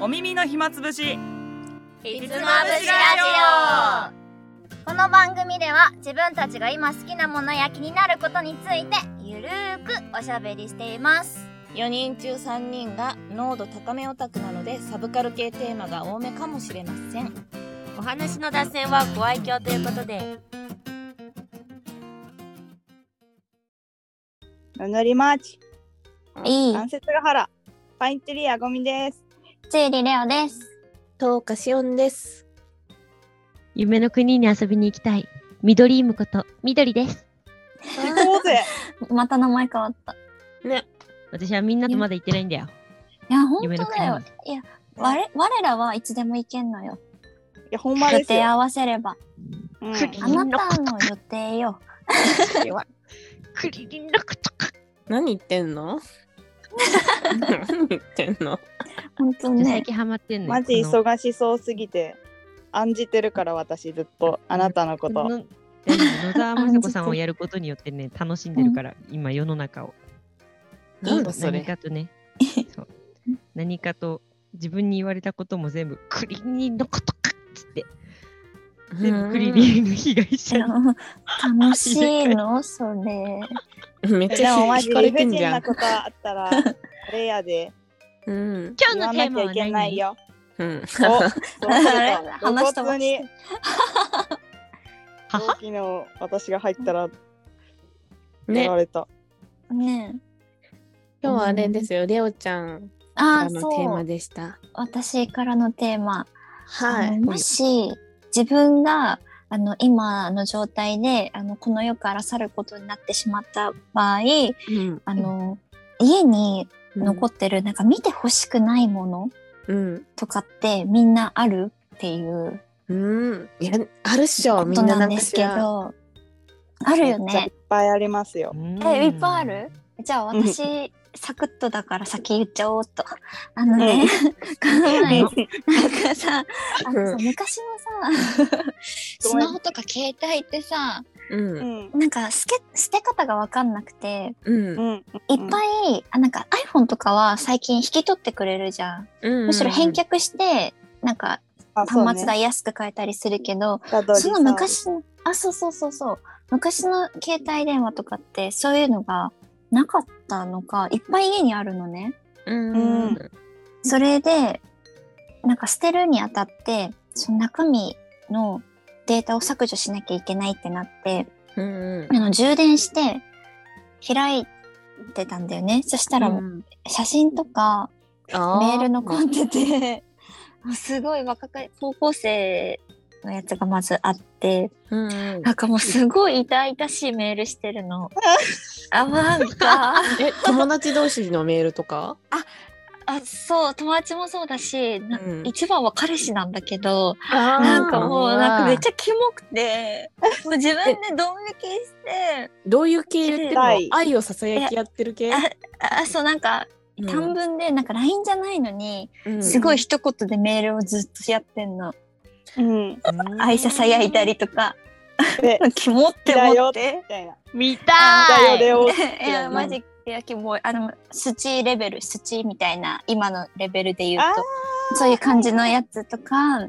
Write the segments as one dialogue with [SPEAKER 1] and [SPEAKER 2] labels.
[SPEAKER 1] お耳の暇つぶし
[SPEAKER 2] ひ
[SPEAKER 3] つまぶしラこの番組では自分たちが今好きなものや気になることについてゆるーくおしゃべりしています
[SPEAKER 2] 4人中3人が濃度高めオタクなのでサブカル系テーマが多めかもしれませんお話の脱線はご愛嬌ということで
[SPEAKER 4] ののりマーチ
[SPEAKER 3] いい
[SPEAKER 4] 関節が原パインテリアゴミです
[SPEAKER 3] ついりレオです
[SPEAKER 5] 東花しおんです。
[SPEAKER 6] 夢の国に遊びに行きたい。ミドリームこと、みどりです。
[SPEAKER 4] 行こうぜ
[SPEAKER 3] また名前変わったい
[SPEAKER 6] 私はみんなとまだ行ってないんだよ。
[SPEAKER 3] や本
[SPEAKER 6] 夢
[SPEAKER 3] 当
[SPEAKER 6] の
[SPEAKER 3] だよいや我我らはいつでも行けんのよ
[SPEAKER 4] いやほんま
[SPEAKER 3] 予
[SPEAKER 4] です
[SPEAKER 3] 定
[SPEAKER 4] よ、
[SPEAKER 3] 合わせれば
[SPEAKER 4] うん、
[SPEAKER 6] 国
[SPEAKER 3] あなたの予定よ
[SPEAKER 6] クリリンのことか。
[SPEAKER 2] 何言ってんの何言ってんの
[SPEAKER 3] 本当
[SPEAKER 6] 最
[SPEAKER 3] ね
[SPEAKER 6] 近ハマってんのよ。
[SPEAKER 4] マジ
[SPEAKER 6] この
[SPEAKER 4] 忙しそうすぎて案じてるから私ずっとあなたのこ
[SPEAKER 6] ことの大丈夫野沢雅子さんをやることによってね、楽しんでるから、今世の中を。
[SPEAKER 2] なんだそ
[SPEAKER 6] 何
[SPEAKER 2] れ
[SPEAKER 6] かとね、 そう何かと自分に言われたことも全部クリリンのことかっつって、全部クリリンの被害者に。
[SPEAKER 3] うん楽しいのそれ
[SPEAKER 2] めっ
[SPEAKER 4] え
[SPEAKER 2] ち
[SPEAKER 4] で
[SPEAKER 2] ゃ
[SPEAKER 4] もマジ
[SPEAKER 2] 惹か
[SPEAKER 4] 理
[SPEAKER 2] れ
[SPEAKER 4] 不
[SPEAKER 2] てん
[SPEAKER 4] 尽
[SPEAKER 2] じゃ
[SPEAKER 4] なんことあったらレイヤで
[SPEAKER 2] うん
[SPEAKER 6] 今日
[SPEAKER 4] 言
[SPEAKER 6] の
[SPEAKER 4] わ
[SPEAKER 6] テー
[SPEAKER 4] なきゃ
[SPEAKER 6] マはい
[SPEAKER 4] け
[SPEAKER 6] 何
[SPEAKER 4] ないよ
[SPEAKER 2] うん
[SPEAKER 4] おそうすると
[SPEAKER 3] あれ
[SPEAKER 4] 露
[SPEAKER 3] 話飛ば
[SPEAKER 4] 骨
[SPEAKER 3] し
[SPEAKER 4] に
[SPEAKER 3] て
[SPEAKER 6] は
[SPEAKER 4] 同
[SPEAKER 6] は
[SPEAKER 4] 期の私が入ったら
[SPEAKER 2] ね
[SPEAKER 4] やられた、
[SPEAKER 3] ねえ
[SPEAKER 2] 今日はあれですよレオちゃんか
[SPEAKER 3] あ
[SPEAKER 2] らの
[SPEAKER 3] ー
[SPEAKER 2] テー
[SPEAKER 3] そ
[SPEAKER 2] マ
[SPEAKER 3] う
[SPEAKER 2] でした
[SPEAKER 3] 私からのテーマ
[SPEAKER 2] は
[SPEAKER 3] あの
[SPEAKER 2] い
[SPEAKER 3] もし自分があの今の状態であのこの世から去ることになってしまった場合
[SPEAKER 2] うん
[SPEAKER 3] あの家に残ってるなんか見てほしくないもの
[SPEAKER 2] うん
[SPEAKER 3] とかってみんなあるっていう
[SPEAKER 2] うんいやあるっしょ
[SPEAKER 3] こ
[SPEAKER 2] み
[SPEAKER 3] と
[SPEAKER 2] んな
[SPEAKER 3] な
[SPEAKER 2] なんん
[SPEAKER 3] で
[SPEAKER 2] か
[SPEAKER 3] す
[SPEAKER 2] し
[SPEAKER 3] け
[SPEAKER 2] ら
[SPEAKER 3] どあるよ
[SPEAKER 4] めっちゃいっ
[SPEAKER 3] ね。
[SPEAKER 4] ぱいありますよ
[SPEAKER 3] えいっぱいあるじゃあ
[SPEAKER 4] うん
[SPEAKER 3] 私サクッとだから先言っちゃおうっと。あのね、この前なんかさあのさ
[SPEAKER 2] う
[SPEAKER 3] 昔のさスマホとか携帯ってさ
[SPEAKER 2] うん
[SPEAKER 4] う
[SPEAKER 2] うん
[SPEAKER 4] ん
[SPEAKER 3] なんか捨て捨て方が分かんなくて
[SPEAKER 2] うん
[SPEAKER 4] うん
[SPEAKER 3] いっぱい、あなんか iPhone とかは最近引き取ってくれるじゃん、
[SPEAKER 2] うん
[SPEAKER 3] むしろ返却してなんか
[SPEAKER 4] あそう
[SPEAKER 3] 端
[SPEAKER 4] ね
[SPEAKER 3] 末代安く買えたりするけど
[SPEAKER 4] だ
[SPEAKER 3] そ,、
[SPEAKER 4] どり
[SPEAKER 3] の
[SPEAKER 4] サービス
[SPEAKER 3] 昔のあそうそうそうそう昔の携帯電話とかってそういうのがなかったのかいっぱい家にあるのね
[SPEAKER 2] うん
[SPEAKER 4] うん
[SPEAKER 3] それでなんか捨てるにあたってその中身のデータを削除しなきゃいけないってなって
[SPEAKER 2] うん
[SPEAKER 3] あの充電して開いてたんだよねそしたらもう写真とかメール残ってて、もう すごい若かり高校生のやつがまずあって
[SPEAKER 2] うんうん
[SPEAKER 3] なんかもうすごい痛々しいメールしてる のあなんか
[SPEAKER 2] え友達同士のメールとか
[SPEAKER 3] あそう友達もそうだし、な
[SPEAKER 2] うん
[SPEAKER 3] 一番は彼氏なんだけど
[SPEAKER 2] あー
[SPEAKER 3] なんかもうなんかめっち
[SPEAKER 2] ゃ
[SPEAKER 3] ゃキモく てもう自分でドン引きして
[SPEAKER 2] どういう系言ってん
[SPEAKER 4] 痛
[SPEAKER 2] の
[SPEAKER 4] い
[SPEAKER 2] 愛をささやきやってる系
[SPEAKER 3] ああそうなんか
[SPEAKER 2] うん
[SPEAKER 3] 短文でなんか LINE じゃないのに、
[SPEAKER 2] うん
[SPEAKER 3] すごい一言でメールをずっとやってんの。
[SPEAKER 4] うんみ
[SPEAKER 3] 愛ささやいたりと か
[SPEAKER 4] で、
[SPEAKER 3] キモって思って。
[SPEAKER 4] たいな
[SPEAKER 1] 見た
[SPEAKER 4] だよレオ
[SPEAKER 3] いや、マジ、いや、キモい。あの、スチレベル、スチみたいな、今のレベルで言う
[SPEAKER 4] あ
[SPEAKER 3] と、そういう感じのやつとか、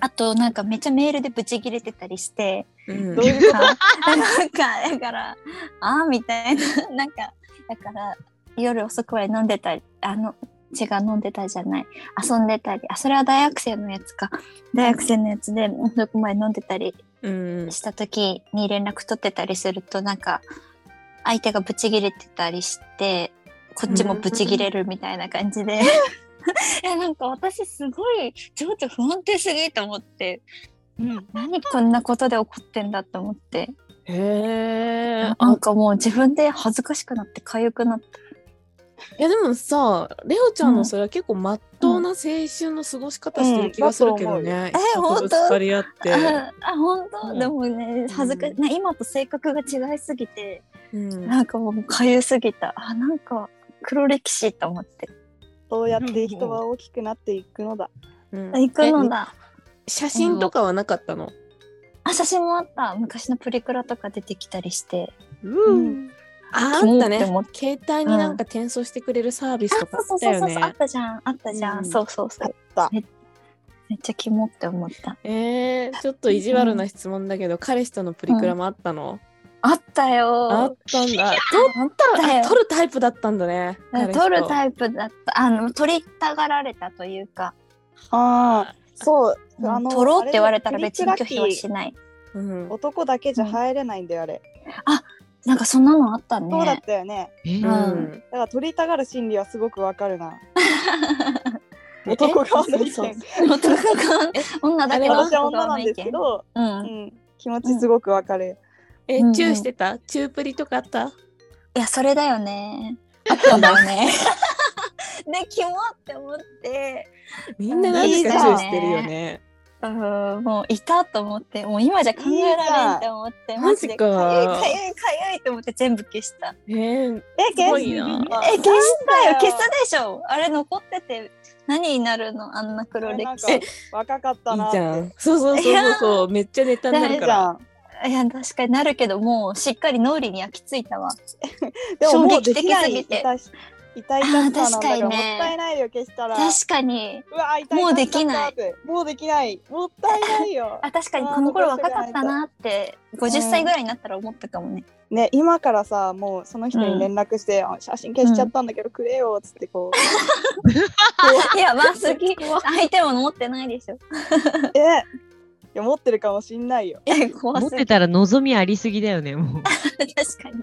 [SPEAKER 3] あと、なんかめっちゃメールでブチ切れてたり して、
[SPEAKER 2] うん
[SPEAKER 4] どういうこ
[SPEAKER 3] あなんか、だから、あーみたいな、なんか、だから、夜遅くまで飲んでたり、あの、違う、飲んでたじゃない。遊んでたり、あ、それは大学生のやつか。大学生のやつで、遅くまで飲んでたり
[SPEAKER 2] うん
[SPEAKER 3] した時に連絡取ってたりするとなんか相手がブチギレてたりしてこっちもブチギレるみたいな感じ でいやなんか私すごい情緒不安定すぎと思って
[SPEAKER 1] うん
[SPEAKER 3] 何こんなことで怒ってんだと思って
[SPEAKER 2] へえ
[SPEAKER 3] なんかもう自分で恥ずかしくなって痒くなって
[SPEAKER 2] いやでもさレオちゃん
[SPEAKER 3] う
[SPEAKER 2] の
[SPEAKER 3] ん
[SPEAKER 2] それは結構まっとうな青春の過ごし方してる気がするけどね
[SPEAKER 3] うんだと思
[SPEAKER 2] 人
[SPEAKER 3] う
[SPEAKER 2] とぶつかり合って
[SPEAKER 3] ああ本当、
[SPEAKER 2] うん
[SPEAKER 3] でもね恥ずか、
[SPEAKER 2] うん
[SPEAKER 3] な今と性格が違いすぎて
[SPEAKER 2] うん
[SPEAKER 3] なんかもう痒すぎたあなんか黒歴史と思って
[SPEAKER 4] そうやって人は大きくなっていくのだ。
[SPEAKER 2] うん
[SPEAKER 3] 行くのだ
[SPEAKER 2] え写真とかはなかったの
[SPEAKER 3] あ写真もあった昔のプリクラとか出てきたりして
[SPEAKER 4] うん。
[SPEAKER 5] ああった
[SPEAKER 3] キモって
[SPEAKER 5] ね
[SPEAKER 3] 思っ。
[SPEAKER 5] 携帯になんか転送してくれるサービスとか
[SPEAKER 3] あ
[SPEAKER 5] あ
[SPEAKER 3] そう
[SPEAKER 5] っ
[SPEAKER 3] そ
[SPEAKER 5] た
[SPEAKER 3] うそう
[SPEAKER 5] よ
[SPEAKER 3] そうあっ
[SPEAKER 5] ね。
[SPEAKER 3] たじゃんあったじゃん、
[SPEAKER 5] うん
[SPEAKER 3] そうそうそ
[SPEAKER 4] あ
[SPEAKER 3] う
[SPEAKER 4] った
[SPEAKER 3] めめっちゃキモって思った
[SPEAKER 5] えー、ちょっと意地悪な質問だけど、彼氏とのプリクラもあったの、
[SPEAKER 3] あった
[SPEAKER 5] あっ
[SPEAKER 3] よ
[SPEAKER 5] たんだ。
[SPEAKER 3] あったよ
[SPEAKER 5] 撮るタイプだったんだね。
[SPEAKER 3] 撮る
[SPEAKER 5] イ
[SPEAKER 3] タイプだったあの撮りたがられたというか
[SPEAKER 4] ああそう
[SPEAKER 3] うん
[SPEAKER 4] あの
[SPEAKER 3] 撮ろうって言われたら
[SPEAKER 4] あれ
[SPEAKER 3] 別に拒否はしない
[SPEAKER 5] プ。うん、
[SPEAKER 4] 男だけじゃ入れないんだよあれ、
[SPEAKER 3] なんかそんなのあったね
[SPEAKER 4] そうだったよね
[SPEAKER 6] え
[SPEAKER 5] う
[SPEAKER 3] うん
[SPEAKER 4] だから取りたがる心理はすごくわかるな男側の意見
[SPEAKER 5] そうそう
[SPEAKER 3] 男が 女だけど
[SPEAKER 4] 私は
[SPEAKER 3] 男
[SPEAKER 4] 女
[SPEAKER 3] 側
[SPEAKER 4] な
[SPEAKER 3] の
[SPEAKER 4] ん
[SPEAKER 3] 意
[SPEAKER 4] ですけ
[SPEAKER 3] 見
[SPEAKER 4] ど、
[SPEAKER 3] う
[SPEAKER 4] うん
[SPEAKER 3] い
[SPEAKER 4] ん、気持ちすごくわかる、
[SPEAKER 5] え
[SPEAKER 3] うんうん
[SPEAKER 5] チューしてたチュープリとかあった
[SPEAKER 3] やそれだよ ねあったんだよね でキモって思って
[SPEAKER 5] みんな何でかチューしてるよね。
[SPEAKER 3] うんもういたと思ってもう今じゃ考えられんって思ってマジ
[SPEAKER 5] マジ
[SPEAKER 3] でか
[SPEAKER 5] か
[SPEAKER 3] ゆいかゆいかゆいと思って全部消した
[SPEAKER 5] えー、
[SPEAKER 4] え
[SPEAKER 5] す
[SPEAKER 4] 消
[SPEAKER 5] ご
[SPEAKER 4] す
[SPEAKER 5] いな
[SPEAKER 3] え消
[SPEAKER 4] な
[SPEAKER 3] したよ
[SPEAKER 4] んだ
[SPEAKER 3] 消したでしょあれ残ってて何になるのあんな黒歴
[SPEAKER 4] なんか
[SPEAKER 3] 史
[SPEAKER 4] 若かった
[SPEAKER 5] い
[SPEAKER 4] ないっ
[SPEAKER 5] じ
[SPEAKER 4] て
[SPEAKER 5] ゃん。そうそうそうそう そう。めっちゃネタにないる
[SPEAKER 4] い
[SPEAKER 5] か
[SPEAKER 4] じ
[SPEAKER 5] ら。
[SPEAKER 4] ゃん
[SPEAKER 3] いや確かになるけどもうしっかり脳裏に焼き付いたわ
[SPEAKER 4] でももうで
[SPEAKER 3] 衝
[SPEAKER 4] き
[SPEAKER 3] 撃的
[SPEAKER 4] な
[SPEAKER 3] す
[SPEAKER 4] い
[SPEAKER 3] ぎて
[SPEAKER 4] 痛し痛い痛さなんだ
[SPEAKER 3] あー確か
[SPEAKER 4] か
[SPEAKER 3] に
[SPEAKER 4] らもっ
[SPEAKER 3] ね
[SPEAKER 4] たいないよ消したら
[SPEAKER 3] 確かに
[SPEAKER 4] うわ痛い痛い
[SPEAKER 3] もうでき
[SPEAKER 4] 痛
[SPEAKER 3] ない
[SPEAKER 4] ってもうできないもったいない よ
[SPEAKER 3] あ確かにこの頃若かったなって50歳ぐらいになったら思ったかもね
[SPEAKER 4] ね今からさもうその人に連絡して、あ写真消しちゃったんだけどくれよっつってこう、
[SPEAKER 3] いやまあす ぎ相手も持ってないでしょ
[SPEAKER 4] えいや持ってるかもしんないよ
[SPEAKER 3] え怖
[SPEAKER 6] 持っ
[SPEAKER 3] すぎ
[SPEAKER 6] てたら望みありすぎだよねもう
[SPEAKER 3] 確かに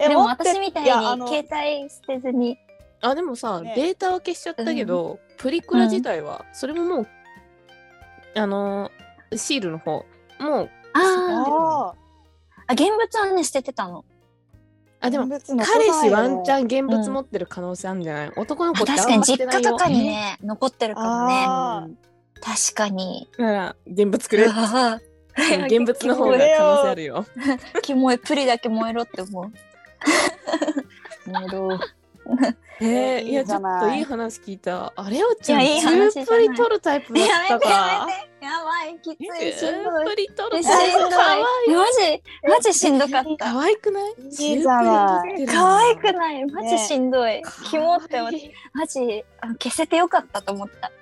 [SPEAKER 4] え
[SPEAKER 3] でも
[SPEAKER 4] 持って
[SPEAKER 3] 私みた
[SPEAKER 4] い
[SPEAKER 3] いに
[SPEAKER 4] やあの
[SPEAKER 3] 携帯捨てずに
[SPEAKER 5] あでもさ、
[SPEAKER 4] ね
[SPEAKER 5] データは消しちゃったけど、プリクラ自体は、それももうあのーシールの方もう
[SPEAKER 3] あー
[SPEAKER 4] あ
[SPEAKER 3] あ現物はね捨ててたの
[SPEAKER 5] あ
[SPEAKER 4] あ
[SPEAKER 5] でも
[SPEAKER 4] 彼
[SPEAKER 5] 彼氏ワンチ
[SPEAKER 4] ン
[SPEAKER 5] ャン現物持ってる可能性あるんじゃない、男の
[SPEAKER 3] あ
[SPEAKER 5] 子って
[SPEAKER 3] 確
[SPEAKER 5] あ
[SPEAKER 3] か
[SPEAKER 5] ん
[SPEAKER 3] に
[SPEAKER 5] まして
[SPEAKER 3] 実
[SPEAKER 5] な
[SPEAKER 3] 家
[SPEAKER 5] いよ
[SPEAKER 3] とかにね残ってるかもね
[SPEAKER 4] あー
[SPEAKER 3] 確 かに
[SPEAKER 5] なら現物くれ
[SPEAKER 3] うわ
[SPEAKER 5] うん現物の方が
[SPEAKER 4] く
[SPEAKER 5] 可
[SPEAKER 4] れよ
[SPEAKER 5] 能性あるよ
[SPEAKER 3] キモいプリだけ燃えろって思う
[SPEAKER 6] なるほど
[SPEAKER 5] えー、いや
[SPEAKER 4] いい
[SPEAKER 5] ち
[SPEAKER 4] じ
[SPEAKER 5] ょ
[SPEAKER 4] ゃ
[SPEAKER 5] っ
[SPEAKER 4] ない
[SPEAKER 5] といい話聞いたあれをちゃん
[SPEAKER 3] いやいい話じゃな
[SPEAKER 5] 中プ
[SPEAKER 3] い
[SPEAKER 5] リ取るタイプだ
[SPEAKER 3] や
[SPEAKER 5] っ
[SPEAKER 3] め
[SPEAKER 5] た
[SPEAKER 3] てや
[SPEAKER 5] か
[SPEAKER 3] めてやばいきついし
[SPEAKER 5] 中
[SPEAKER 3] んどい
[SPEAKER 5] プリ取る
[SPEAKER 3] しんど
[SPEAKER 5] タイ
[SPEAKER 3] い
[SPEAKER 5] プ可愛い
[SPEAKER 3] マジマジしんどかった
[SPEAKER 5] 可愛くない
[SPEAKER 4] いいじゃない
[SPEAKER 5] 中プリ取ってるの
[SPEAKER 3] 可愛くないマジしんどい、キモって思っ
[SPEAKER 5] 可
[SPEAKER 3] て
[SPEAKER 5] 愛い
[SPEAKER 3] マジあ消せてよかったと思った、
[SPEAKER 4] えー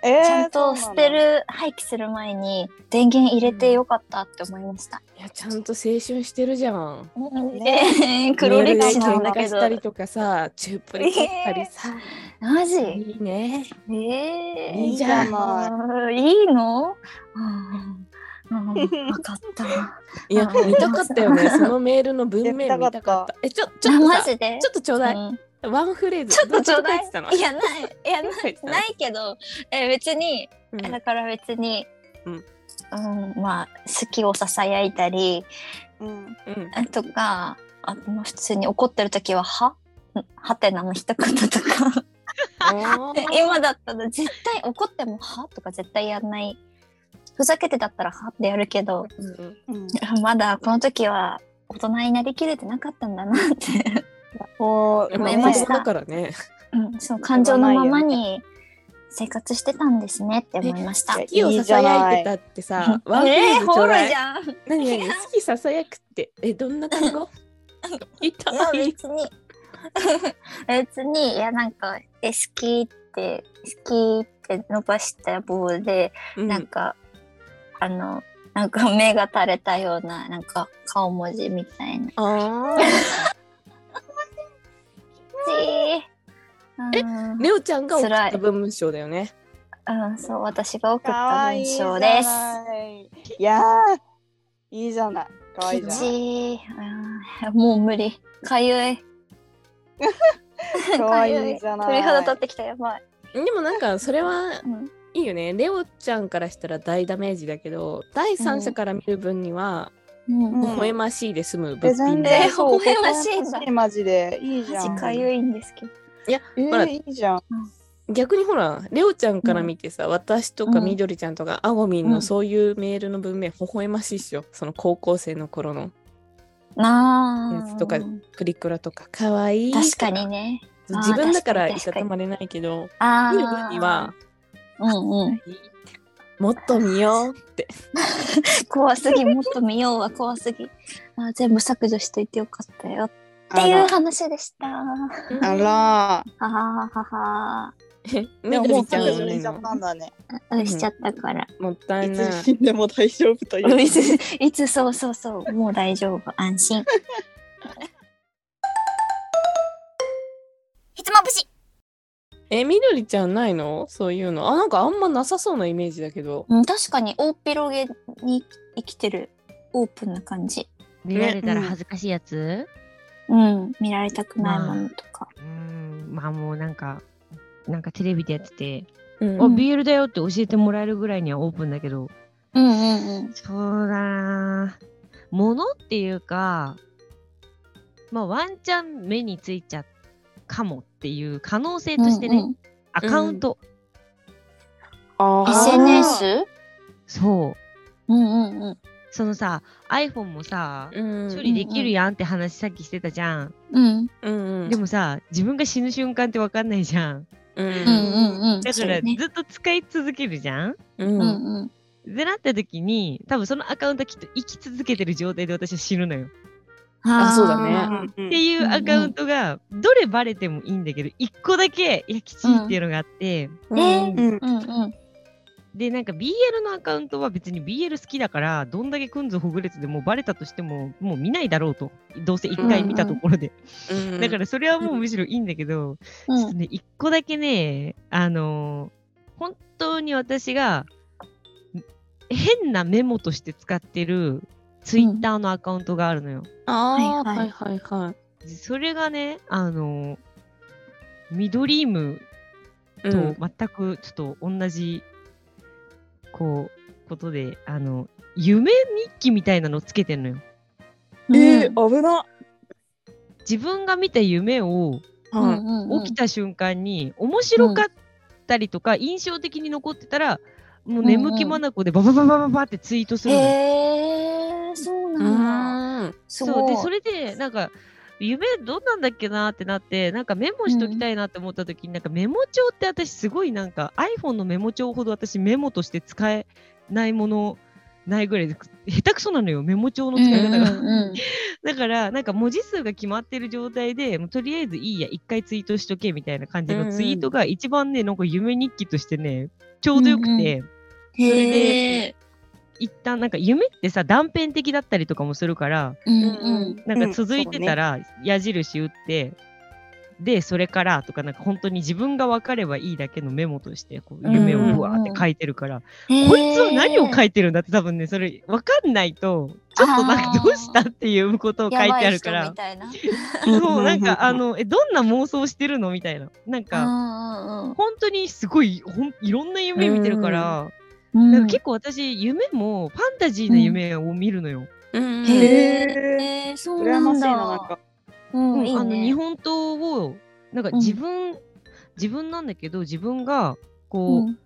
[SPEAKER 3] ちゃんと
[SPEAKER 4] そうなの
[SPEAKER 3] 捨てる廃棄する前に電源入れてよかったって思いました、
[SPEAKER 5] いやちゃんと青春してるじゃん。
[SPEAKER 3] えー黒歴史なん
[SPEAKER 5] メールで喧嘩
[SPEAKER 3] だけ
[SPEAKER 5] し
[SPEAKER 3] ど
[SPEAKER 5] たりとかさ、チュープリ取ったりさ。
[SPEAKER 3] マジえ
[SPEAKER 5] いいね。
[SPEAKER 3] ー、
[SPEAKER 5] いいじ
[SPEAKER 4] ゃ
[SPEAKER 3] んいいのうんうん分かった
[SPEAKER 5] いや
[SPEAKER 3] うん
[SPEAKER 5] 見たかったよね。そのメールの文面見た
[SPEAKER 4] 見た
[SPEAKER 5] か
[SPEAKER 4] か
[SPEAKER 5] っ。
[SPEAKER 4] った
[SPEAKER 5] えちょ ちょ
[SPEAKER 3] あ
[SPEAKER 5] っと
[SPEAKER 3] マ
[SPEAKER 5] さ
[SPEAKER 3] ジで
[SPEAKER 5] ちょっとちょうだい。
[SPEAKER 3] うん
[SPEAKER 5] ワンフレーズ。
[SPEAKER 3] ちょっとちょうだい
[SPEAKER 5] ど書てたの
[SPEAKER 3] いやないいやな
[SPEAKER 5] どう書いてたの
[SPEAKER 3] ないけどえ別に
[SPEAKER 5] うん
[SPEAKER 3] だから別に、
[SPEAKER 5] うん
[SPEAKER 3] うんまあ好きをささやいたり
[SPEAKER 4] うん
[SPEAKER 5] うん
[SPEAKER 3] とかあもう普通に怒ってる時は「は?」「はてな」の一言 とか
[SPEAKER 5] おー
[SPEAKER 3] 今だったら絶対怒っても「は?」とか絶対やんないふざけてだったら「は?」ってやるけど
[SPEAKER 5] うん
[SPEAKER 4] うん、
[SPEAKER 3] まだこの時は大人になりきれてなかったんだなって、
[SPEAKER 4] こう
[SPEAKER 5] まあ
[SPEAKER 3] 思いまし
[SPEAKER 5] 子
[SPEAKER 3] た
[SPEAKER 5] 供だからね。
[SPEAKER 3] うん、その感情のままに生活してたんですねって思いました。
[SPEAKER 4] え
[SPEAKER 5] 木をささやいてたってさ、ワンフレーズちょうだい。
[SPEAKER 3] ゃん。い
[SPEAKER 5] 何何好きささやくってえどんな単語？ 痛
[SPEAKER 3] や
[SPEAKER 5] い。
[SPEAKER 3] 別に 別にいやなんかえ好きって好きって伸ばした棒で、
[SPEAKER 5] うん
[SPEAKER 3] なんかあのなんか目が垂れたようななんか顔文字みたいな。
[SPEAKER 5] あ
[SPEAKER 3] えう
[SPEAKER 5] あ。
[SPEAKER 3] ん
[SPEAKER 5] レオちゃんが送った文章だよね。
[SPEAKER 3] うん、そう私が送っ
[SPEAKER 4] か
[SPEAKER 3] た
[SPEAKER 4] わいい
[SPEAKER 3] 文
[SPEAKER 4] じ
[SPEAKER 3] 章
[SPEAKER 4] ゃ
[SPEAKER 3] です。
[SPEAKER 4] ないいやーいいじゃないかわいい
[SPEAKER 3] き
[SPEAKER 4] じゃ
[SPEAKER 3] ち
[SPEAKER 4] ない
[SPEAKER 3] い、うんもう無理。かゆい。
[SPEAKER 4] かわいいじゃない
[SPEAKER 3] 鳥肌立ってきたやばい。
[SPEAKER 5] でもなんかそれは
[SPEAKER 3] うん
[SPEAKER 5] いいよね。レオちゃんからしたら大ダメージだけど、第三者から見る分には、
[SPEAKER 4] う
[SPEAKER 3] うん
[SPEAKER 4] ん
[SPEAKER 5] 微笑ましいで済む
[SPEAKER 4] え
[SPEAKER 5] 物
[SPEAKER 4] 全
[SPEAKER 5] 品
[SPEAKER 3] え
[SPEAKER 5] で
[SPEAKER 4] 然
[SPEAKER 3] ー。
[SPEAKER 4] そう
[SPEAKER 3] 微笑ましいんだ
[SPEAKER 4] 微笑ましマジでいいじゃん
[SPEAKER 3] マジかゆいんですけど。
[SPEAKER 4] えー
[SPEAKER 5] ほら
[SPEAKER 4] いいじゃん
[SPEAKER 5] 逆にほら、レオちゃんから見てさ、私とかみどりちゃんとか、あごみんのそういうメールの文面、微笑ましいっしょ。その高校生の頃の
[SPEAKER 3] な
[SPEAKER 5] やつとかプリクラとか、かわいい。
[SPEAKER 3] 確かにね。あー
[SPEAKER 5] 自分だから
[SPEAKER 3] 確か
[SPEAKER 5] い
[SPEAKER 3] に
[SPEAKER 5] たたまれないけど、
[SPEAKER 3] ああ。
[SPEAKER 5] 見る分には、
[SPEAKER 3] うんうん。
[SPEAKER 5] もっと見ようって。
[SPEAKER 3] 怖すぎ、もっと見ようは怖すぎ。あー全部削除しといてよかったよっっていう
[SPEAKER 4] あ
[SPEAKER 3] 話でした。
[SPEAKER 4] らあら
[SPEAKER 3] はははは。
[SPEAKER 4] で
[SPEAKER 5] み
[SPEAKER 4] も
[SPEAKER 5] ど
[SPEAKER 4] もう
[SPEAKER 5] りちゃん
[SPEAKER 4] 削
[SPEAKER 5] は
[SPEAKER 4] 除
[SPEAKER 5] ね
[SPEAKER 4] しちゃったんだね
[SPEAKER 3] うんしちゃったから。
[SPEAKER 5] もったい
[SPEAKER 4] い
[SPEAKER 5] な
[SPEAKER 4] つ
[SPEAKER 5] い。
[SPEAKER 4] 死んでも大丈夫とい
[SPEAKER 3] うんいうつ、 いつ、そうそうそう。もう大丈夫。安心。
[SPEAKER 2] ひつまぶし
[SPEAKER 5] え、みどりちゃんないのそういうの。あ、なんかあんまなさそうなイメージだけど。
[SPEAKER 3] うん確かに大広げに生きてるオープンな感じ。
[SPEAKER 6] 見られたら
[SPEAKER 5] うん
[SPEAKER 6] 恥ずかしいやつ、
[SPEAKER 3] うん。見られたくないものとか。
[SPEAKER 6] うーん、まあもうなんか、なんかテレビでやってて、
[SPEAKER 5] うん
[SPEAKER 6] あ、BL だよって教えてもらえるぐらいにはオープンだけど、
[SPEAKER 3] うんうんうん。
[SPEAKER 6] そうだなぁ。ものっていうか、まあワンチャン目についちゃうかもっていう可能性としてね、
[SPEAKER 3] うんうん
[SPEAKER 6] アカウント、
[SPEAKER 5] あー
[SPEAKER 3] SNS?
[SPEAKER 6] そう。
[SPEAKER 3] うんうんうん。
[SPEAKER 6] そのさ、iPhone もさ、
[SPEAKER 5] うん。
[SPEAKER 6] 処理できるやんって話さっきしてたじゃん。
[SPEAKER 3] うん
[SPEAKER 5] うんうん。
[SPEAKER 6] でもさ、自分が死ぬ瞬間ってわかんないじゃん。
[SPEAKER 5] う
[SPEAKER 3] うん
[SPEAKER 5] ん。
[SPEAKER 3] うんうん。
[SPEAKER 6] だか
[SPEAKER 3] そう
[SPEAKER 6] ら
[SPEAKER 3] ね
[SPEAKER 6] ずっと使い続けるじゃん。
[SPEAKER 5] うん。
[SPEAKER 3] う
[SPEAKER 5] うん。
[SPEAKER 3] んうん。
[SPEAKER 6] でなった時に多分そのアカウントはきっと生き続けてる状態で私は死ぬのよ。
[SPEAKER 5] あそうだね
[SPEAKER 3] あー
[SPEAKER 4] うん
[SPEAKER 6] っていうアカウントがどれバレてもいいんだけど一個だけいやきちいっていうのがあって、
[SPEAKER 5] うん
[SPEAKER 4] うんうん
[SPEAKER 3] うんうん。
[SPEAKER 6] でなんか BL のアカウントは別に BL 好きだからどんだけくんずほぐれつでもうバレたとしてももう見ないだろうとどうせ一回見たところで、
[SPEAKER 5] うん
[SPEAKER 6] だからそれはもうむしろいいんだけど、ちょっとね一個だけねあのー本当に私が変なメモとして使ってるツイッターのアカウントがあるのよ。
[SPEAKER 5] ああ、
[SPEAKER 3] はい
[SPEAKER 5] は
[SPEAKER 3] はい
[SPEAKER 5] いはいは
[SPEAKER 6] それがね、あの、ミドリーム
[SPEAKER 5] い。
[SPEAKER 6] と全くちょっと同じ、こう、ことで、あの、夢日記みたいなのつけてんのよ。
[SPEAKER 4] えー危な
[SPEAKER 6] 自分が見た夢を
[SPEAKER 5] うん。はい
[SPEAKER 6] 起きた瞬間に、面白かったりとか、印象的に残ってたら、もう眠気まなこでババババババってツイートするのよ。
[SPEAKER 3] へえ、そう
[SPEAKER 5] う
[SPEAKER 3] なんだ。
[SPEAKER 5] ん。
[SPEAKER 3] す
[SPEAKER 6] そう
[SPEAKER 3] ごい。
[SPEAKER 6] でそれでなんか夢どんなんだっけなってなってなんかメモしときたいなって思った時に、なんかメモ帳って私すごいなんか iPhone のメモ帳ほど私メモとして使えないものないぐらいで下手くそなのよメモ帳の使い方が、
[SPEAKER 3] うんうん
[SPEAKER 6] だからなんか文字数が決まってる状態でもうとりあえずいいや一回ツイートしとけみたいな感じ
[SPEAKER 5] うんう
[SPEAKER 6] の
[SPEAKER 5] ん
[SPEAKER 6] ツイートが一番ねなんか夢日記としてねちょうどよくて、
[SPEAKER 3] うんうんへえ。
[SPEAKER 6] 一旦なんか夢ってさ断片的だったりとかもするから
[SPEAKER 3] うん
[SPEAKER 5] うん
[SPEAKER 6] なんか続いてたら矢印打って、でそれからとかなんか本当に自分が分かればいいだけのメモとしてこう夢をぶわーって書いてるから、
[SPEAKER 3] うん。
[SPEAKER 6] こいつは何を書
[SPEAKER 3] い
[SPEAKER 6] いてるんだって多分ねそれ分かんないとちょっとなんかどうしたっていうことを書いてあるか
[SPEAKER 3] み
[SPEAKER 6] ら
[SPEAKER 3] たいな。
[SPEAKER 6] そうなんかあのえどんな妄想してるのみたいななんか
[SPEAKER 3] うん
[SPEAKER 6] 本当にすごいほんいろんな夢見てるから、
[SPEAKER 3] うん
[SPEAKER 6] な
[SPEAKER 3] うんん
[SPEAKER 6] か。結構私夢もファンタジーな夢を見るのよ。
[SPEAKER 5] うん。
[SPEAKER 3] へえ、そう
[SPEAKER 4] 羨
[SPEAKER 3] な
[SPEAKER 4] まし
[SPEAKER 3] ん
[SPEAKER 4] い
[SPEAKER 3] だ。
[SPEAKER 4] ななんか
[SPEAKER 3] うん、いい
[SPEAKER 6] あの日
[SPEAKER 3] ね。
[SPEAKER 6] 本刀をなんか
[SPEAKER 3] うん
[SPEAKER 6] 自分、自分なんだけど自分がこう、
[SPEAKER 3] うん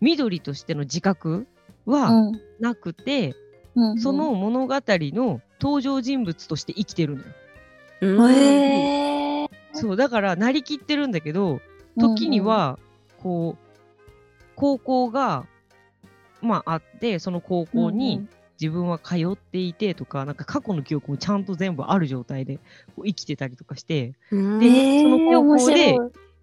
[SPEAKER 6] 緑としての自覚は
[SPEAKER 3] うん
[SPEAKER 6] なく
[SPEAKER 3] う
[SPEAKER 6] て、
[SPEAKER 3] んうん
[SPEAKER 6] その物語の登場人物として生きてるのよ。
[SPEAKER 5] うん
[SPEAKER 3] へえ
[SPEAKER 6] そうだからなりきってるんだけど時に、はこう高校がまああってその高校
[SPEAKER 3] うんう
[SPEAKER 6] に自分は通っていてとか、なんか過去の記憶もちゃんと全部ある状態でこう生きてたりとかして、
[SPEAKER 5] うん
[SPEAKER 6] で
[SPEAKER 3] へえ
[SPEAKER 6] その高校で
[SPEAKER 3] 面白い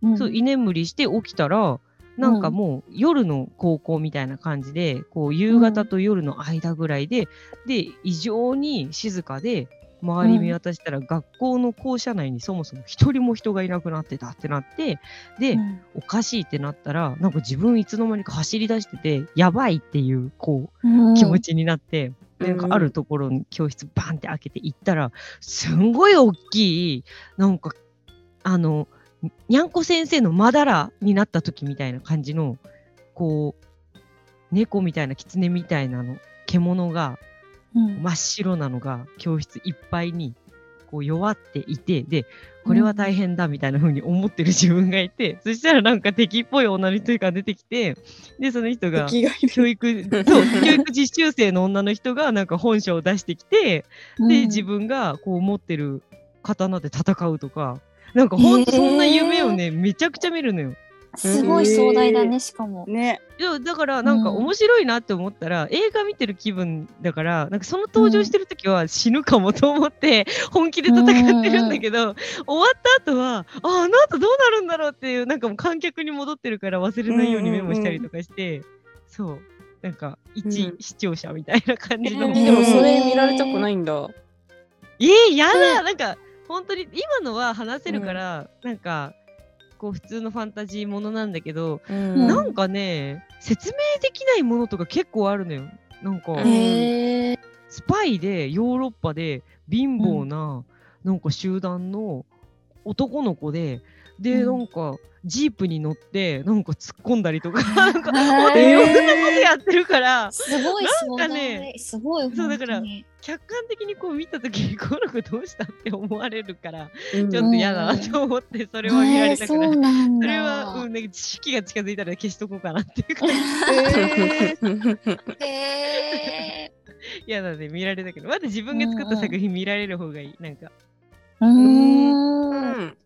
[SPEAKER 3] うん
[SPEAKER 6] そう居眠りして起きたらなんかもう夜の高校みたいな感じでこう夕方と夜の間ぐらいで、で異常に静かで周り見渡したら学校の校舎内にそもそも一人も人がいなくなってたってなってで、
[SPEAKER 3] うん
[SPEAKER 6] おかしいってなったらなんか自分いつの間にか走り出しててやばいっていうこ
[SPEAKER 3] うん
[SPEAKER 6] う気持ちになって、
[SPEAKER 5] うん
[SPEAKER 6] でなんかあるところに教室バンって開けて行ったらすんごい大きいなんかあのにゃんこ先生のまだらになった時みたいな感じのこう猫みたいな狐みたいなの獣が
[SPEAKER 3] うん
[SPEAKER 6] 真っ白なのが教室いっぱいにこう弱っていてでこれは大変だみたいな風に思ってる自分がいて、 そしたらなんか敵っぽい女の人が出てきてでその人が
[SPEAKER 4] 敵がいる
[SPEAKER 6] 教育そう教育実習生の女の人がなんか本性を出してきてで自分がこう持ってる刀で戦うとかなんかほんとそんな夢をね、めちゃくちゃ見るのよ。
[SPEAKER 3] すごい壮大だね、しかも。
[SPEAKER 4] ね
[SPEAKER 6] いやだからなんか
[SPEAKER 3] うん
[SPEAKER 6] 面白いなって思ったら、映画見てる気分だからなんかその登場してる時は死ぬかもと思って本気で戦ってるんだけど、終わった後はあああの後どうなるんだろうっていうなんかもう観客に戻ってるから忘れないようにメモしたりとかして、そうなんか一
[SPEAKER 5] うん
[SPEAKER 6] 視聴者みたいな感じの、
[SPEAKER 3] えー
[SPEAKER 5] でもそれ見られたくないんだ。
[SPEAKER 6] えー、やだ、なんか本当に今のは話せるから、なんかこう普通のファンタジーものなんだけど、
[SPEAKER 5] うん
[SPEAKER 6] なんかね説明できないものとか結構あるのよなんか、
[SPEAKER 5] うん
[SPEAKER 3] へえ。
[SPEAKER 6] スパイでヨーロッパで貧乏な、なんか集団の男の子でで、
[SPEAKER 3] うん
[SPEAKER 6] なんかジープに乗ってなんか突っ込んだ りとかなんか
[SPEAKER 3] へー
[SPEAKER 6] いろんなことやってるから
[SPEAKER 3] すごい壮
[SPEAKER 6] なんかね
[SPEAKER 3] 大。すごい。
[SPEAKER 6] そうだ
[SPEAKER 3] 本
[SPEAKER 6] か
[SPEAKER 3] 当
[SPEAKER 6] ら
[SPEAKER 3] に
[SPEAKER 6] 客観的にこう見た時にこの子どうしたって思われるから
[SPEAKER 5] うん
[SPEAKER 6] ちょっと嫌だなと思ってそれは見られたくない。
[SPEAKER 3] えーそうなんだ。
[SPEAKER 6] それは、うん、なんか時期が近づいたら消しとこうかなっていう感じ
[SPEAKER 4] え
[SPEAKER 3] へ
[SPEAKER 6] 嫌だね見られたけどまだ自分が作った作品見られる方がいいなんか
[SPEAKER 3] ーう
[SPEAKER 5] う
[SPEAKER 3] ーん。
[SPEAKER 5] ん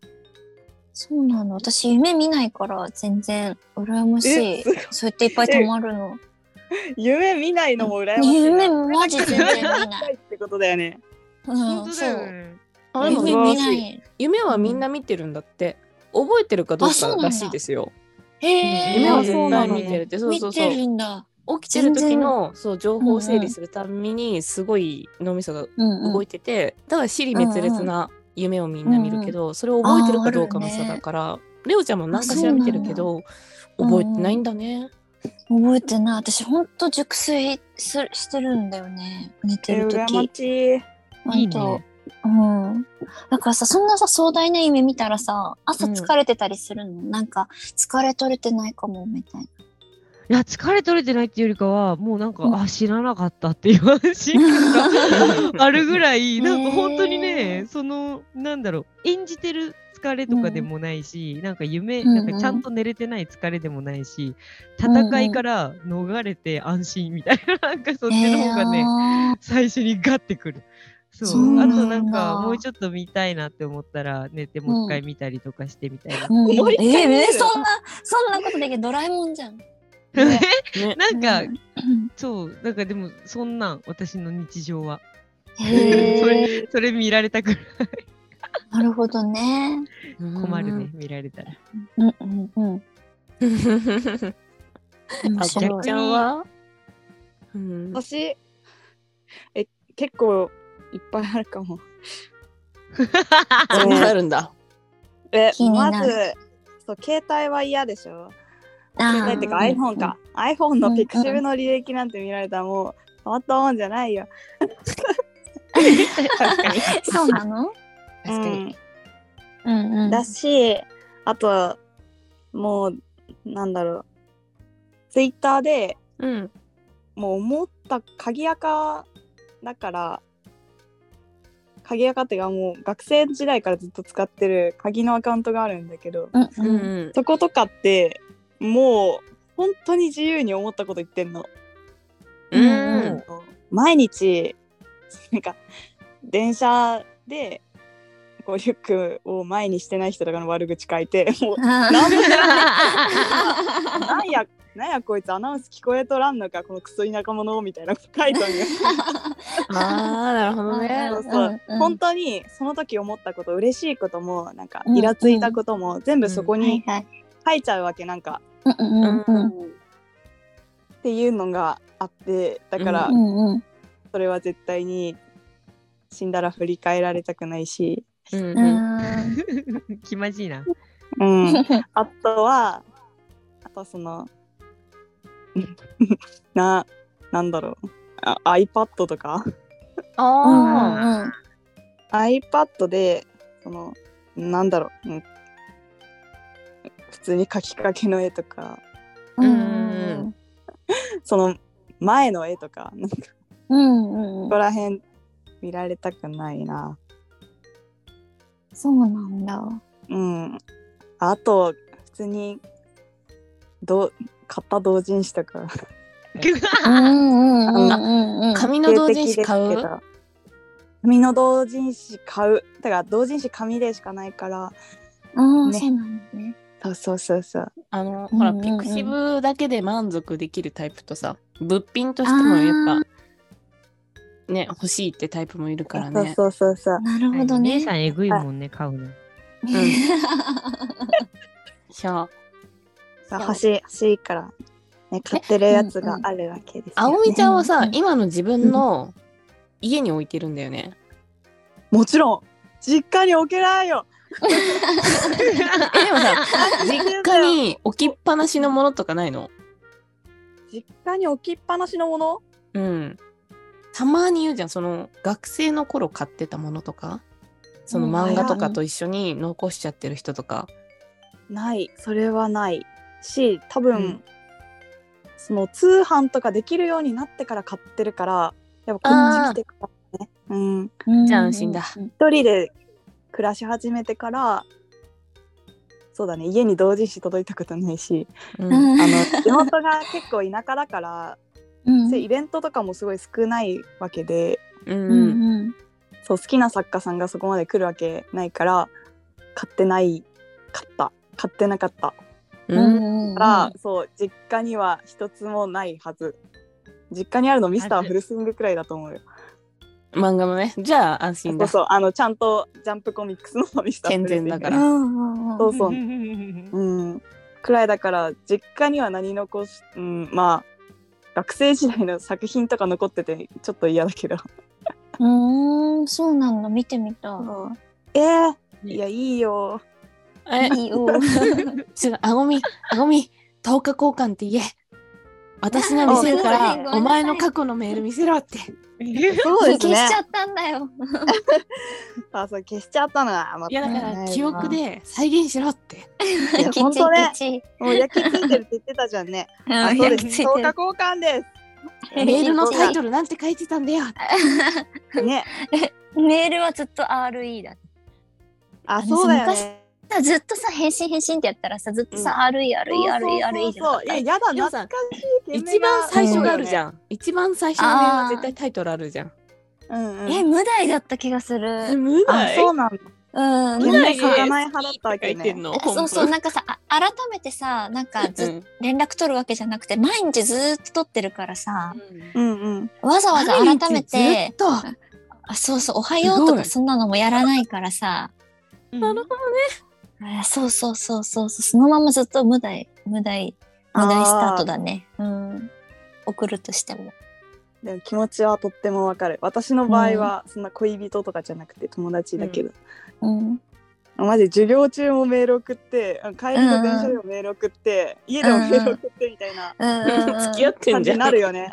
[SPEAKER 3] そうなの。私夢見ないから全然羨ましい
[SPEAKER 4] えすごい。
[SPEAKER 3] そうやっていっぱい溜まるの。
[SPEAKER 4] ー夢見ないの も羨ましいな。
[SPEAKER 3] 夢マジ全 然見
[SPEAKER 4] 見
[SPEAKER 3] な。
[SPEAKER 4] ないいってことだよね。
[SPEAKER 3] う
[SPEAKER 6] 本
[SPEAKER 3] ん、
[SPEAKER 6] 当
[SPEAKER 3] そ
[SPEAKER 6] だよ
[SPEAKER 3] う。
[SPEAKER 6] ね
[SPEAKER 5] あでも
[SPEAKER 3] 夢見ない。
[SPEAKER 5] 夢はみんな見てるんだって覚えてるかどう
[SPEAKER 3] あそう
[SPEAKER 5] から
[SPEAKER 3] なんだ
[SPEAKER 5] らしいですよ。
[SPEAKER 3] へえ。
[SPEAKER 5] 夢は
[SPEAKER 3] あそう
[SPEAKER 5] 絶
[SPEAKER 3] な
[SPEAKER 5] 対
[SPEAKER 3] の
[SPEAKER 5] 見てるってそうそ
[SPEAKER 3] 見
[SPEAKER 5] うそう
[SPEAKER 3] て。るんだ。
[SPEAKER 5] 起きてる時
[SPEAKER 3] 全
[SPEAKER 5] のそう情報を整
[SPEAKER 3] うんう
[SPEAKER 5] 理
[SPEAKER 3] ん
[SPEAKER 5] するたんびにすごい脳みそが
[SPEAKER 3] うんうん
[SPEAKER 5] 動いてて、だから尻滅裂な夢をみんな見るけど、それを覚えてるかどうかの差だから、レオちゃんも何かしら見てるけど
[SPEAKER 3] そうなんだ
[SPEAKER 5] 覚えてないんだね。
[SPEAKER 3] 覚えてない私ほんと熟睡すしてるんだよね寝て
[SPEAKER 4] えー
[SPEAKER 3] る
[SPEAKER 4] 羨ま
[SPEAKER 3] 時
[SPEAKER 4] しい。
[SPEAKER 6] いい
[SPEAKER 3] ほんと
[SPEAKER 6] ね
[SPEAKER 3] うんだからさそんなさ壮大な夢見たらさ朝
[SPEAKER 5] うん
[SPEAKER 3] 疲れてたりするの、なんか疲れ取れてないかもみたい
[SPEAKER 6] いや疲れ取れてないっていうよりかはもうなんか、
[SPEAKER 3] うん
[SPEAKER 6] あ知らなかったっていう話があるぐら いなんか本当にね、
[SPEAKER 3] へー
[SPEAKER 6] そのなんだろう演じてる疲れとかでもないし、なんか夢、
[SPEAKER 3] うんうん
[SPEAKER 6] なんかちゃんと寝れてない疲れでもないし
[SPEAKER 3] うんうん
[SPEAKER 6] 戦いから逃れて安心みたいな、なんかそっ
[SPEAKER 3] な、
[SPEAKER 6] ちの方がね、
[SPEAKER 3] ね
[SPEAKER 6] 最初にガッてくる。そう
[SPEAKER 3] そうな
[SPEAKER 6] あ
[SPEAKER 3] んだ
[SPEAKER 6] となんかもうちょっと見たいなって思ったら寝てもう一回見たりとかしてみたいな。
[SPEAKER 3] うん、
[SPEAKER 4] もう一回見
[SPEAKER 3] え
[SPEAKER 4] るの
[SPEAKER 3] えそんなそんなことできるドラえもんじゃん
[SPEAKER 5] ね
[SPEAKER 6] なんか、
[SPEAKER 3] うん
[SPEAKER 6] そうなんかでもそんなん私の日常はそ
[SPEAKER 3] へえ
[SPEAKER 6] れそれ見られたくない
[SPEAKER 3] なるほどね
[SPEAKER 6] 困るね、見られたら。
[SPEAKER 3] うんうんうん
[SPEAKER 5] うん。
[SPEAKER 3] 面
[SPEAKER 5] あ
[SPEAKER 3] 白
[SPEAKER 5] こ
[SPEAKER 3] い
[SPEAKER 5] みちゃんは、うん、
[SPEAKER 4] 私え結構いっぱいあるかも。
[SPEAKER 5] そんなあるんだ。
[SPEAKER 4] え
[SPEAKER 3] 気にな
[SPEAKER 4] ま
[SPEAKER 3] る
[SPEAKER 4] ずそう携帯は嫌でしょ。
[SPEAKER 3] あ
[SPEAKER 4] 携帯
[SPEAKER 3] ー
[SPEAKER 4] ってか iPhone か。iPhone のピクシブの履歴なんて見られたらもうたまったもんじゃないよ。
[SPEAKER 6] 確かに。
[SPEAKER 3] そうなの
[SPEAKER 5] 確かに。
[SPEAKER 3] うんうん
[SPEAKER 4] だしあともうなんだろうツイッターで
[SPEAKER 5] うん。
[SPEAKER 4] もう思った鍵垢だから鍵垢っていうかもう学生時代からずっと使ってる鍵のアカウントがあるんだけど
[SPEAKER 3] うん
[SPEAKER 5] う
[SPEAKER 3] うん
[SPEAKER 5] ん。
[SPEAKER 4] そことかってもう本当に自由に思ったこと言ってんの。
[SPEAKER 5] うん。
[SPEAKER 3] う
[SPEAKER 4] 毎日なんか電車でこうリュックを前にしてない人とかの悪口書いて もう
[SPEAKER 3] あ
[SPEAKER 4] なんも知らない
[SPEAKER 3] ー
[SPEAKER 4] なんや、なんやこいつアナウンス聞こえとらんのか、このクソ田舎者みたいなこと書いとんよ。
[SPEAKER 5] ああ、なるほどね
[SPEAKER 4] そ。う
[SPEAKER 3] う
[SPEAKER 4] そ
[SPEAKER 3] ん
[SPEAKER 4] う
[SPEAKER 3] うん
[SPEAKER 4] 本当にその時思ったこと、嬉しいことも、なんか
[SPEAKER 3] うん
[SPEAKER 4] イラついたことも、全部そこ
[SPEAKER 3] はい
[SPEAKER 4] に
[SPEAKER 3] はい。
[SPEAKER 4] 書いちゃうわけ、なんか、
[SPEAKER 3] うんうんうんうん。
[SPEAKER 4] っていうのがあって、だから
[SPEAKER 3] う、んうん
[SPEAKER 4] それは絶対に死んだら振り返られたくないし、
[SPEAKER 5] うん
[SPEAKER 3] う
[SPEAKER 5] うん
[SPEAKER 3] ん。
[SPEAKER 6] 気まじいな。
[SPEAKER 4] うん。あとは、あとその、 うんな、なんだろう、あ iPad とか
[SPEAKER 5] ああ。
[SPEAKER 3] うん
[SPEAKER 4] iPad でそのなんだろう、うん普通に書きかけの絵とか
[SPEAKER 3] うんうん
[SPEAKER 4] その前の絵とかなんかこ
[SPEAKER 3] うんうんうん
[SPEAKER 4] こら辺見られたくないな
[SPEAKER 3] そうなんだ。
[SPEAKER 4] うんあと普通にどう買った同人誌とか
[SPEAKER 3] うんうんうんうん。
[SPEAKER 5] 紙の同人誌買
[SPEAKER 4] 定期
[SPEAKER 5] う
[SPEAKER 4] 的ですけど紙の同人誌買うだから同人誌紙でしかないから
[SPEAKER 3] ああ、
[SPEAKER 4] ね
[SPEAKER 3] そうなんだね。
[SPEAKER 4] そうそうそうそう。
[SPEAKER 5] あの、
[SPEAKER 3] うん
[SPEAKER 5] ほら、
[SPEAKER 3] うんうん
[SPEAKER 5] ピクシブだけで満足できるタイプとさ、物品としてもやっぱ、ね、欲しいってタイプもいるからね。
[SPEAKER 4] そうそうそうそう。
[SPEAKER 3] なるほどね
[SPEAKER 6] 姉さ。んえぐいもんね、買うの。
[SPEAKER 5] しゃあ
[SPEAKER 4] さ
[SPEAKER 3] そう
[SPEAKER 4] 欲しい欲しいから、ね、買ってるやつがあるわけですよ、ね。
[SPEAKER 5] 葵ちゃんはさ、
[SPEAKER 3] うん
[SPEAKER 5] 今の自分の家に置いてるんだよね。
[SPEAKER 4] もちろん実家に置けないよ。
[SPEAKER 5] え、でもさ、 実家に置きっぱなしのものとかないの
[SPEAKER 4] 実家に置きっぱなしのもの？
[SPEAKER 5] うん。たまに言うじゃん、その学生の頃買ってたものとか、その漫画とかと一緒に残しちゃってる人とか。
[SPEAKER 4] ない。それはない。し、多分、
[SPEAKER 5] うん
[SPEAKER 4] その通販とかできるようになってから買ってるから、やっぱこっち来てからね。うん。
[SPEAKER 5] じゃあ安心だ
[SPEAKER 3] うん
[SPEAKER 4] 一人で暮らし始めてから。そうだね家に同人誌届いたことないし
[SPEAKER 5] うん。
[SPEAKER 3] うん
[SPEAKER 5] あ
[SPEAKER 4] 地元が結構田舎だから
[SPEAKER 3] うん
[SPEAKER 4] そういうイベントとかもすごい少ないわけで
[SPEAKER 5] の、うん
[SPEAKER 3] う
[SPEAKER 5] うん。
[SPEAKER 3] んうん
[SPEAKER 4] そう好きな作家さんがそこまで来るわけないから買ってない買った買ってなかった
[SPEAKER 5] うん
[SPEAKER 3] うん
[SPEAKER 4] から、そう実家には一つもないはず実家にあるのミスターフルスイングくらいだと思うよ
[SPEAKER 5] 漫画のね。じゃあ
[SPEAKER 4] そ
[SPEAKER 5] 安心だ。
[SPEAKER 4] うそうあのちゃんとジャンプコミックスのミスターフルスイング
[SPEAKER 5] 健全だか
[SPEAKER 3] う
[SPEAKER 5] ら
[SPEAKER 3] んうん
[SPEAKER 4] そうう そううんくらいだから実家には何残し、うん、まあ学生時代の作品とか残っててちょっと嫌だけど
[SPEAKER 3] んうーんそうなんだ見てみた
[SPEAKER 4] えー、いやいいよ
[SPEAKER 5] え、
[SPEAKER 3] いいよ
[SPEAKER 5] ちょっと、あごみ、あごみ、10日交換って言え。私の見せるか
[SPEAKER 3] ごめんな
[SPEAKER 5] ら、
[SPEAKER 3] さい
[SPEAKER 5] お前の過去のメール見せろって。
[SPEAKER 4] そう
[SPEAKER 3] 消
[SPEAKER 4] です
[SPEAKER 3] しち
[SPEAKER 4] ね
[SPEAKER 3] ゃったんだよ
[SPEAKER 4] あそう消しちゃったな、また
[SPEAKER 5] いや、だか
[SPEAKER 4] な
[SPEAKER 5] ら、
[SPEAKER 4] いな
[SPEAKER 5] 記憶で再現しろって。
[SPEAKER 4] いや本当ね
[SPEAKER 3] ケチケチ
[SPEAKER 4] もう焼き付いてるって言ってたじゃんねあ
[SPEAKER 3] う
[SPEAKER 4] そ
[SPEAKER 3] ん
[SPEAKER 4] うで
[SPEAKER 3] 焼
[SPEAKER 4] す10
[SPEAKER 3] き付
[SPEAKER 4] 日
[SPEAKER 3] いてる
[SPEAKER 4] 交換で
[SPEAKER 5] メールのタイトルなんて書いてたんだよ。
[SPEAKER 4] すね
[SPEAKER 3] メールはずっと RE だ
[SPEAKER 4] あ
[SPEAKER 3] れ
[SPEAKER 4] そうだよ
[SPEAKER 3] さ
[SPEAKER 4] ね
[SPEAKER 3] さずっとさ返信返信ってやったらさずっとさ、RE RE
[SPEAKER 4] そうそう
[SPEAKER 3] RE RE じゃなか
[SPEAKER 4] そう
[SPEAKER 3] っ
[SPEAKER 4] い
[SPEAKER 3] た
[SPEAKER 4] ややだ
[SPEAKER 5] でも
[SPEAKER 4] 懐
[SPEAKER 5] さ
[SPEAKER 4] かしい
[SPEAKER 5] 一番最初があるじ
[SPEAKER 4] ん、
[SPEAKER 5] ゃん。一番最初のメールは絶対タイトルあるじゃん。
[SPEAKER 4] うんうん、
[SPEAKER 3] え無題だった気がする
[SPEAKER 5] 無
[SPEAKER 4] あそうなんだ
[SPEAKER 3] うん
[SPEAKER 4] 無
[SPEAKER 3] なん
[SPEAKER 4] 題
[SPEAKER 3] か
[SPEAKER 4] 書かない派だったわけね
[SPEAKER 5] 書いてんの
[SPEAKER 3] あそうそう。なんかさあ改めてさなんかずっと
[SPEAKER 5] 本
[SPEAKER 3] 連絡取るわけじゃなくて毎日ずーっと取ってるからさ
[SPEAKER 5] 文うん
[SPEAKER 4] うんうん
[SPEAKER 3] わざわざ
[SPEAKER 5] 毎日
[SPEAKER 3] 改めて
[SPEAKER 5] ずっと。
[SPEAKER 3] あそうそう「おはよう」
[SPEAKER 5] す
[SPEAKER 3] と
[SPEAKER 5] ご
[SPEAKER 3] か
[SPEAKER 5] い
[SPEAKER 3] そんなのもやらないからさ
[SPEAKER 5] なるほどね。
[SPEAKER 3] あそうそうそうそうそうそのままずっと無題無題無題スタートだねうん送るとしても
[SPEAKER 4] でも気持ちはとってもわかる私の場合はそんな恋人とかじゃなくて友達だけど、
[SPEAKER 3] うん
[SPEAKER 4] マジ授業中もメール送ってあ帰りの電車でもメール送って、家でもメール送ってみたいな
[SPEAKER 3] うんうん うん
[SPEAKER 5] 付き合って
[SPEAKER 4] 感
[SPEAKER 5] ん
[SPEAKER 4] じ
[SPEAKER 5] じゃ
[SPEAKER 4] に
[SPEAKER 5] ん。
[SPEAKER 4] なるよね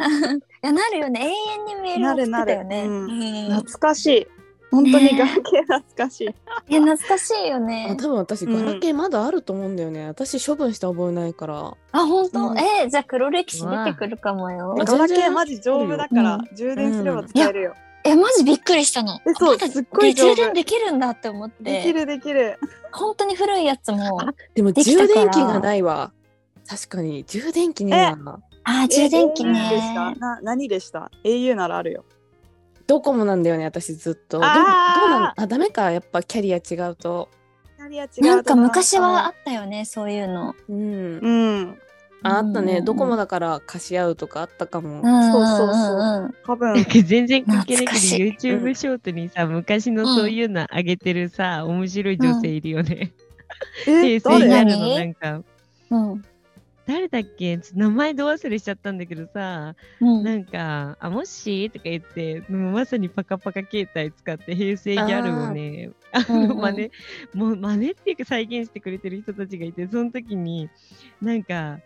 [SPEAKER 3] いやなるよね永遠にメール送ってたよね。
[SPEAKER 4] なるなる
[SPEAKER 3] うん
[SPEAKER 4] 懐かしい本当にガラケー懐かしい、
[SPEAKER 3] いや懐かしいよ
[SPEAKER 5] あ
[SPEAKER 3] ね。
[SPEAKER 5] 多分私、ガラケーまだあると思うんだよね。私、処分した覚えないから。
[SPEAKER 3] あ本当、
[SPEAKER 4] うん
[SPEAKER 3] えーじゃあ黒歴史出てくるかもよ
[SPEAKER 5] う。わ
[SPEAKER 4] ガラケーマジ丈夫だから、充電すれば使えるよ、
[SPEAKER 3] えマジびっくりしたの。
[SPEAKER 4] えそう
[SPEAKER 3] まだ
[SPEAKER 4] すっごい丈夫
[SPEAKER 3] 充電できるんだって思っ
[SPEAKER 4] でき
[SPEAKER 3] て。
[SPEAKER 4] るできる
[SPEAKER 3] 本当に古いやつも。
[SPEAKER 5] あでも
[SPEAKER 3] できた
[SPEAKER 5] 充
[SPEAKER 3] から
[SPEAKER 5] 電器がないわ。確かに充電器ねえな。
[SPEAKER 3] あー充電器
[SPEAKER 4] えでした
[SPEAKER 3] ね。
[SPEAKER 4] な何でした au ならあるよ
[SPEAKER 5] ドコモなんだよね私ずっと。でもどう
[SPEAKER 4] あー
[SPEAKER 5] なんあダメかやっぱキャリア違うと。
[SPEAKER 4] キャリア違うと
[SPEAKER 3] なんか昔はあったよねそういうの。
[SPEAKER 5] うん。
[SPEAKER 4] うん
[SPEAKER 5] ああったね、
[SPEAKER 3] うん
[SPEAKER 5] ドコモだから貸し合うとかあったかも。
[SPEAKER 3] ん
[SPEAKER 4] そうそうそうん
[SPEAKER 3] ん
[SPEAKER 4] 多分
[SPEAKER 6] 全然関係ないけど
[SPEAKER 3] 懐
[SPEAKER 6] YouTube ショートにさ昔のそういうのあげてるさ、面白い女性いるよね。
[SPEAKER 4] え
[SPEAKER 6] 平成に
[SPEAKER 4] 誰
[SPEAKER 3] 誰
[SPEAKER 6] なるのなんか
[SPEAKER 3] うんうん
[SPEAKER 6] 誰だっけちょっと名前ど忘れしちゃったんだけどさ、
[SPEAKER 3] うん
[SPEAKER 6] なんか「あもし?」とか言ってもうまさにパカパカ携帯使って平成ギャルをねあ
[SPEAKER 3] うん うん
[SPEAKER 6] の真似、もう真似っていうか再現してくれてる人たちがいてその時になんか。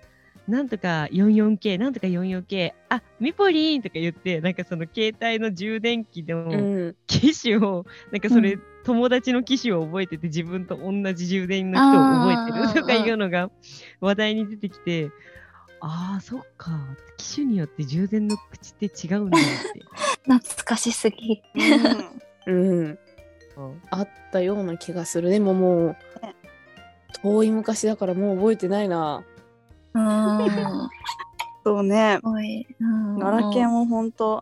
[SPEAKER 6] なんとか 44K、なんとか 44K、あミポリーンとか言って、なんかその携帯の充電器の、
[SPEAKER 5] うん。
[SPEAKER 6] 機種をなんかそれ、
[SPEAKER 3] う
[SPEAKER 6] 友達の機種を覚えてて自分と同じ充電の人を覚えてる
[SPEAKER 3] あー
[SPEAKER 6] とかいうのが話題に出てきてああそっか機種によって充電の口って違うんだって。
[SPEAKER 3] 懐かしすぎ。
[SPEAKER 5] うん。
[SPEAKER 6] そう
[SPEAKER 5] あったような気がする。でももう
[SPEAKER 4] ね
[SPEAKER 5] 遠い昔だからもう覚えてないな。
[SPEAKER 3] うん。
[SPEAKER 4] そうね
[SPEAKER 3] おい。うん
[SPEAKER 4] ガラケーも本当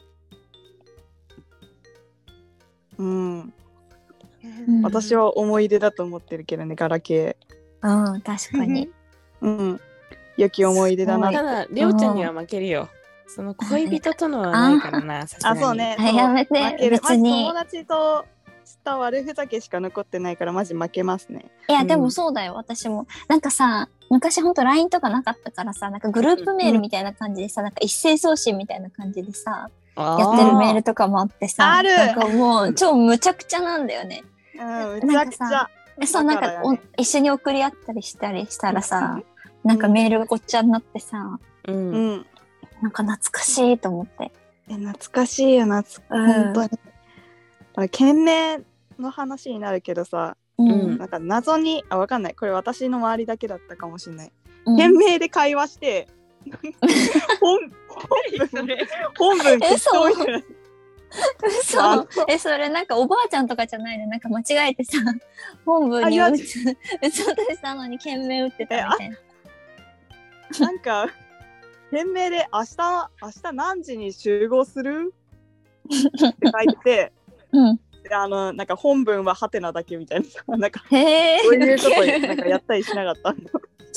[SPEAKER 4] うん、私は思い出だと思ってるけどねガラケ
[SPEAKER 3] うん、確かに。
[SPEAKER 4] うん。良き思い出だ
[SPEAKER 3] すご
[SPEAKER 4] な
[SPEAKER 3] は
[SPEAKER 5] た。
[SPEAKER 3] い
[SPEAKER 5] だ、レオちゃんには負けるよ。その恋人とのはないからな、さすが
[SPEAKER 4] あ、
[SPEAKER 5] に。
[SPEAKER 4] そうね。
[SPEAKER 3] あやめて
[SPEAKER 4] 負ける
[SPEAKER 3] 別に
[SPEAKER 4] まず友達とした悪ふざけしか残ってないから、マジ負けますね。
[SPEAKER 3] いや、
[SPEAKER 5] うん
[SPEAKER 3] でもそうだよ、私も。なんかさ、昔ほんと LINE とかなかったからさ、なんかグループメールみたいな感じでさ、なんか一斉送信みたいな感じでさ、
[SPEAKER 5] あー。
[SPEAKER 3] やってるメールとかもあってさ、
[SPEAKER 4] ある
[SPEAKER 3] なんかもう超むちゃくちゃなんだよね。
[SPEAKER 4] うん、むちゃくち
[SPEAKER 3] なんか
[SPEAKER 4] ゃ。
[SPEAKER 3] でそうなん
[SPEAKER 4] だから
[SPEAKER 3] か
[SPEAKER 4] よね
[SPEAKER 3] お一緒に送り合ったりしたりしたらさ、なんかメールがごっちゃになってさ、
[SPEAKER 5] うん
[SPEAKER 4] う。ん。
[SPEAKER 3] なんか懐かしいと思って。
[SPEAKER 4] え、懐かしいよ、懐か
[SPEAKER 3] うん
[SPEAKER 4] 本当に。だから、件名の話になるけどさ、
[SPEAKER 3] うん
[SPEAKER 4] なんか謎に、あ、わかんない。これ私の周りだけだったかもしれない。
[SPEAKER 3] うん
[SPEAKER 4] 件名で会話し て、本本文本文
[SPEAKER 3] え
[SPEAKER 4] 適
[SPEAKER 3] 嘘
[SPEAKER 4] 当みたいな。あ
[SPEAKER 3] 嘘えそれなんかおばあちゃんとかじゃないのなんか間違えてさ 本部
[SPEAKER 4] あい
[SPEAKER 3] に
[SPEAKER 4] や
[SPEAKER 3] 打つ打ち落としたのに懸命打ってたみたいな
[SPEAKER 4] なんか、店名で明日、明日何時に集合するって書いてて、
[SPEAKER 3] うん
[SPEAKER 4] であの、なんか本文はハテナだけみたいなさ、なん か、
[SPEAKER 3] へえ
[SPEAKER 4] そういうことなんかやったりしなか ったの。
[SPEAKER 5] い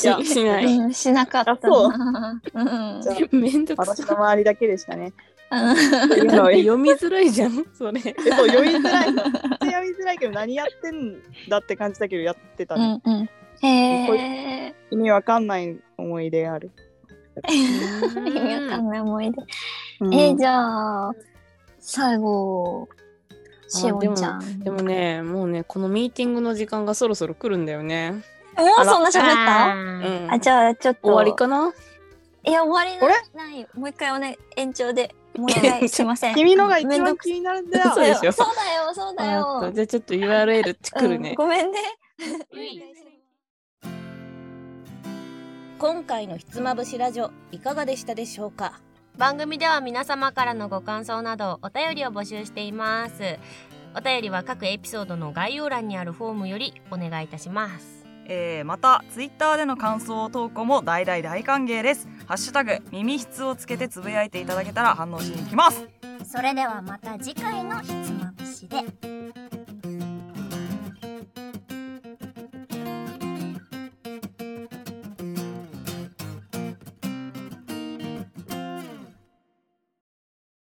[SPEAKER 5] や、しな
[SPEAKER 3] う
[SPEAKER 5] い。
[SPEAKER 3] ん、しなかった
[SPEAKER 4] あそう
[SPEAKER 3] なうん
[SPEAKER 4] じゃあ
[SPEAKER 5] めんどく
[SPEAKER 4] 私
[SPEAKER 5] さ
[SPEAKER 4] の周りだけでしたね。
[SPEAKER 3] うん
[SPEAKER 4] っていうの
[SPEAKER 5] だ
[SPEAKER 4] を
[SPEAKER 5] っ
[SPEAKER 4] え
[SPEAKER 5] て読みづらいじゃん、それ。
[SPEAKER 4] そう、読みづらい。めっちゃ読みづらいけど、何やってんだって感じだけど、やってた
[SPEAKER 3] う
[SPEAKER 4] ね。
[SPEAKER 3] んうんへえ
[SPEAKER 4] 意味わかんない思い出がある。
[SPEAKER 3] 意味わかんない思い出
[SPEAKER 4] うん
[SPEAKER 3] えじゃあ最後しおんちゃん
[SPEAKER 5] でもね、もうね、このミーティングの時間がそろそろ来るんだよね。
[SPEAKER 3] うんそんな喋った
[SPEAKER 5] う
[SPEAKER 6] た
[SPEAKER 5] ん
[SPEAKER 3] あ。じゃあちょっと
[SPEAKER 5] 終わりかない
[SPEAKER 3] や終わり
[SPEAKER 4] あ
[SPEAKER 3] なないよもう一回おね延長でもう一 回しません
[SPEAKER 4] 君のが一
[SPEAKER 3] めんど
[SPEAKER 4] 番
[SPEAKER 3] くさ
[SPEAKER 4] 気になるんだ
[SPEAKER 5] 嘘
[SPEAKER 4] よ。
[SPEAKER 5] でしょ
[SPEAKER 3] そうだよそうだ
[SPEAKER 5] わかった
[SPEAKER 3] よ
[SPEAKER 5] じゃあちょっと URL 作るね
[SPEAKER 3] うん。ごめんね
[SPEAKER 2] 今回のひつまぶしラジオいかがでしたでしょうか
[SPEAKER 7] 番組では皆様からのご感想などお便りを募集していますお便りは各エピソードの概要欄にあるフォームよりお願いいたします
[SPEAKER 1] えー、またツイッターでの感想投稿も大大大歓迎ですハッシュタグ耳質をつけてつぶやいていただけたら反応しに行きます
[SPEAKER 8] それではまた次回のひつまぶしで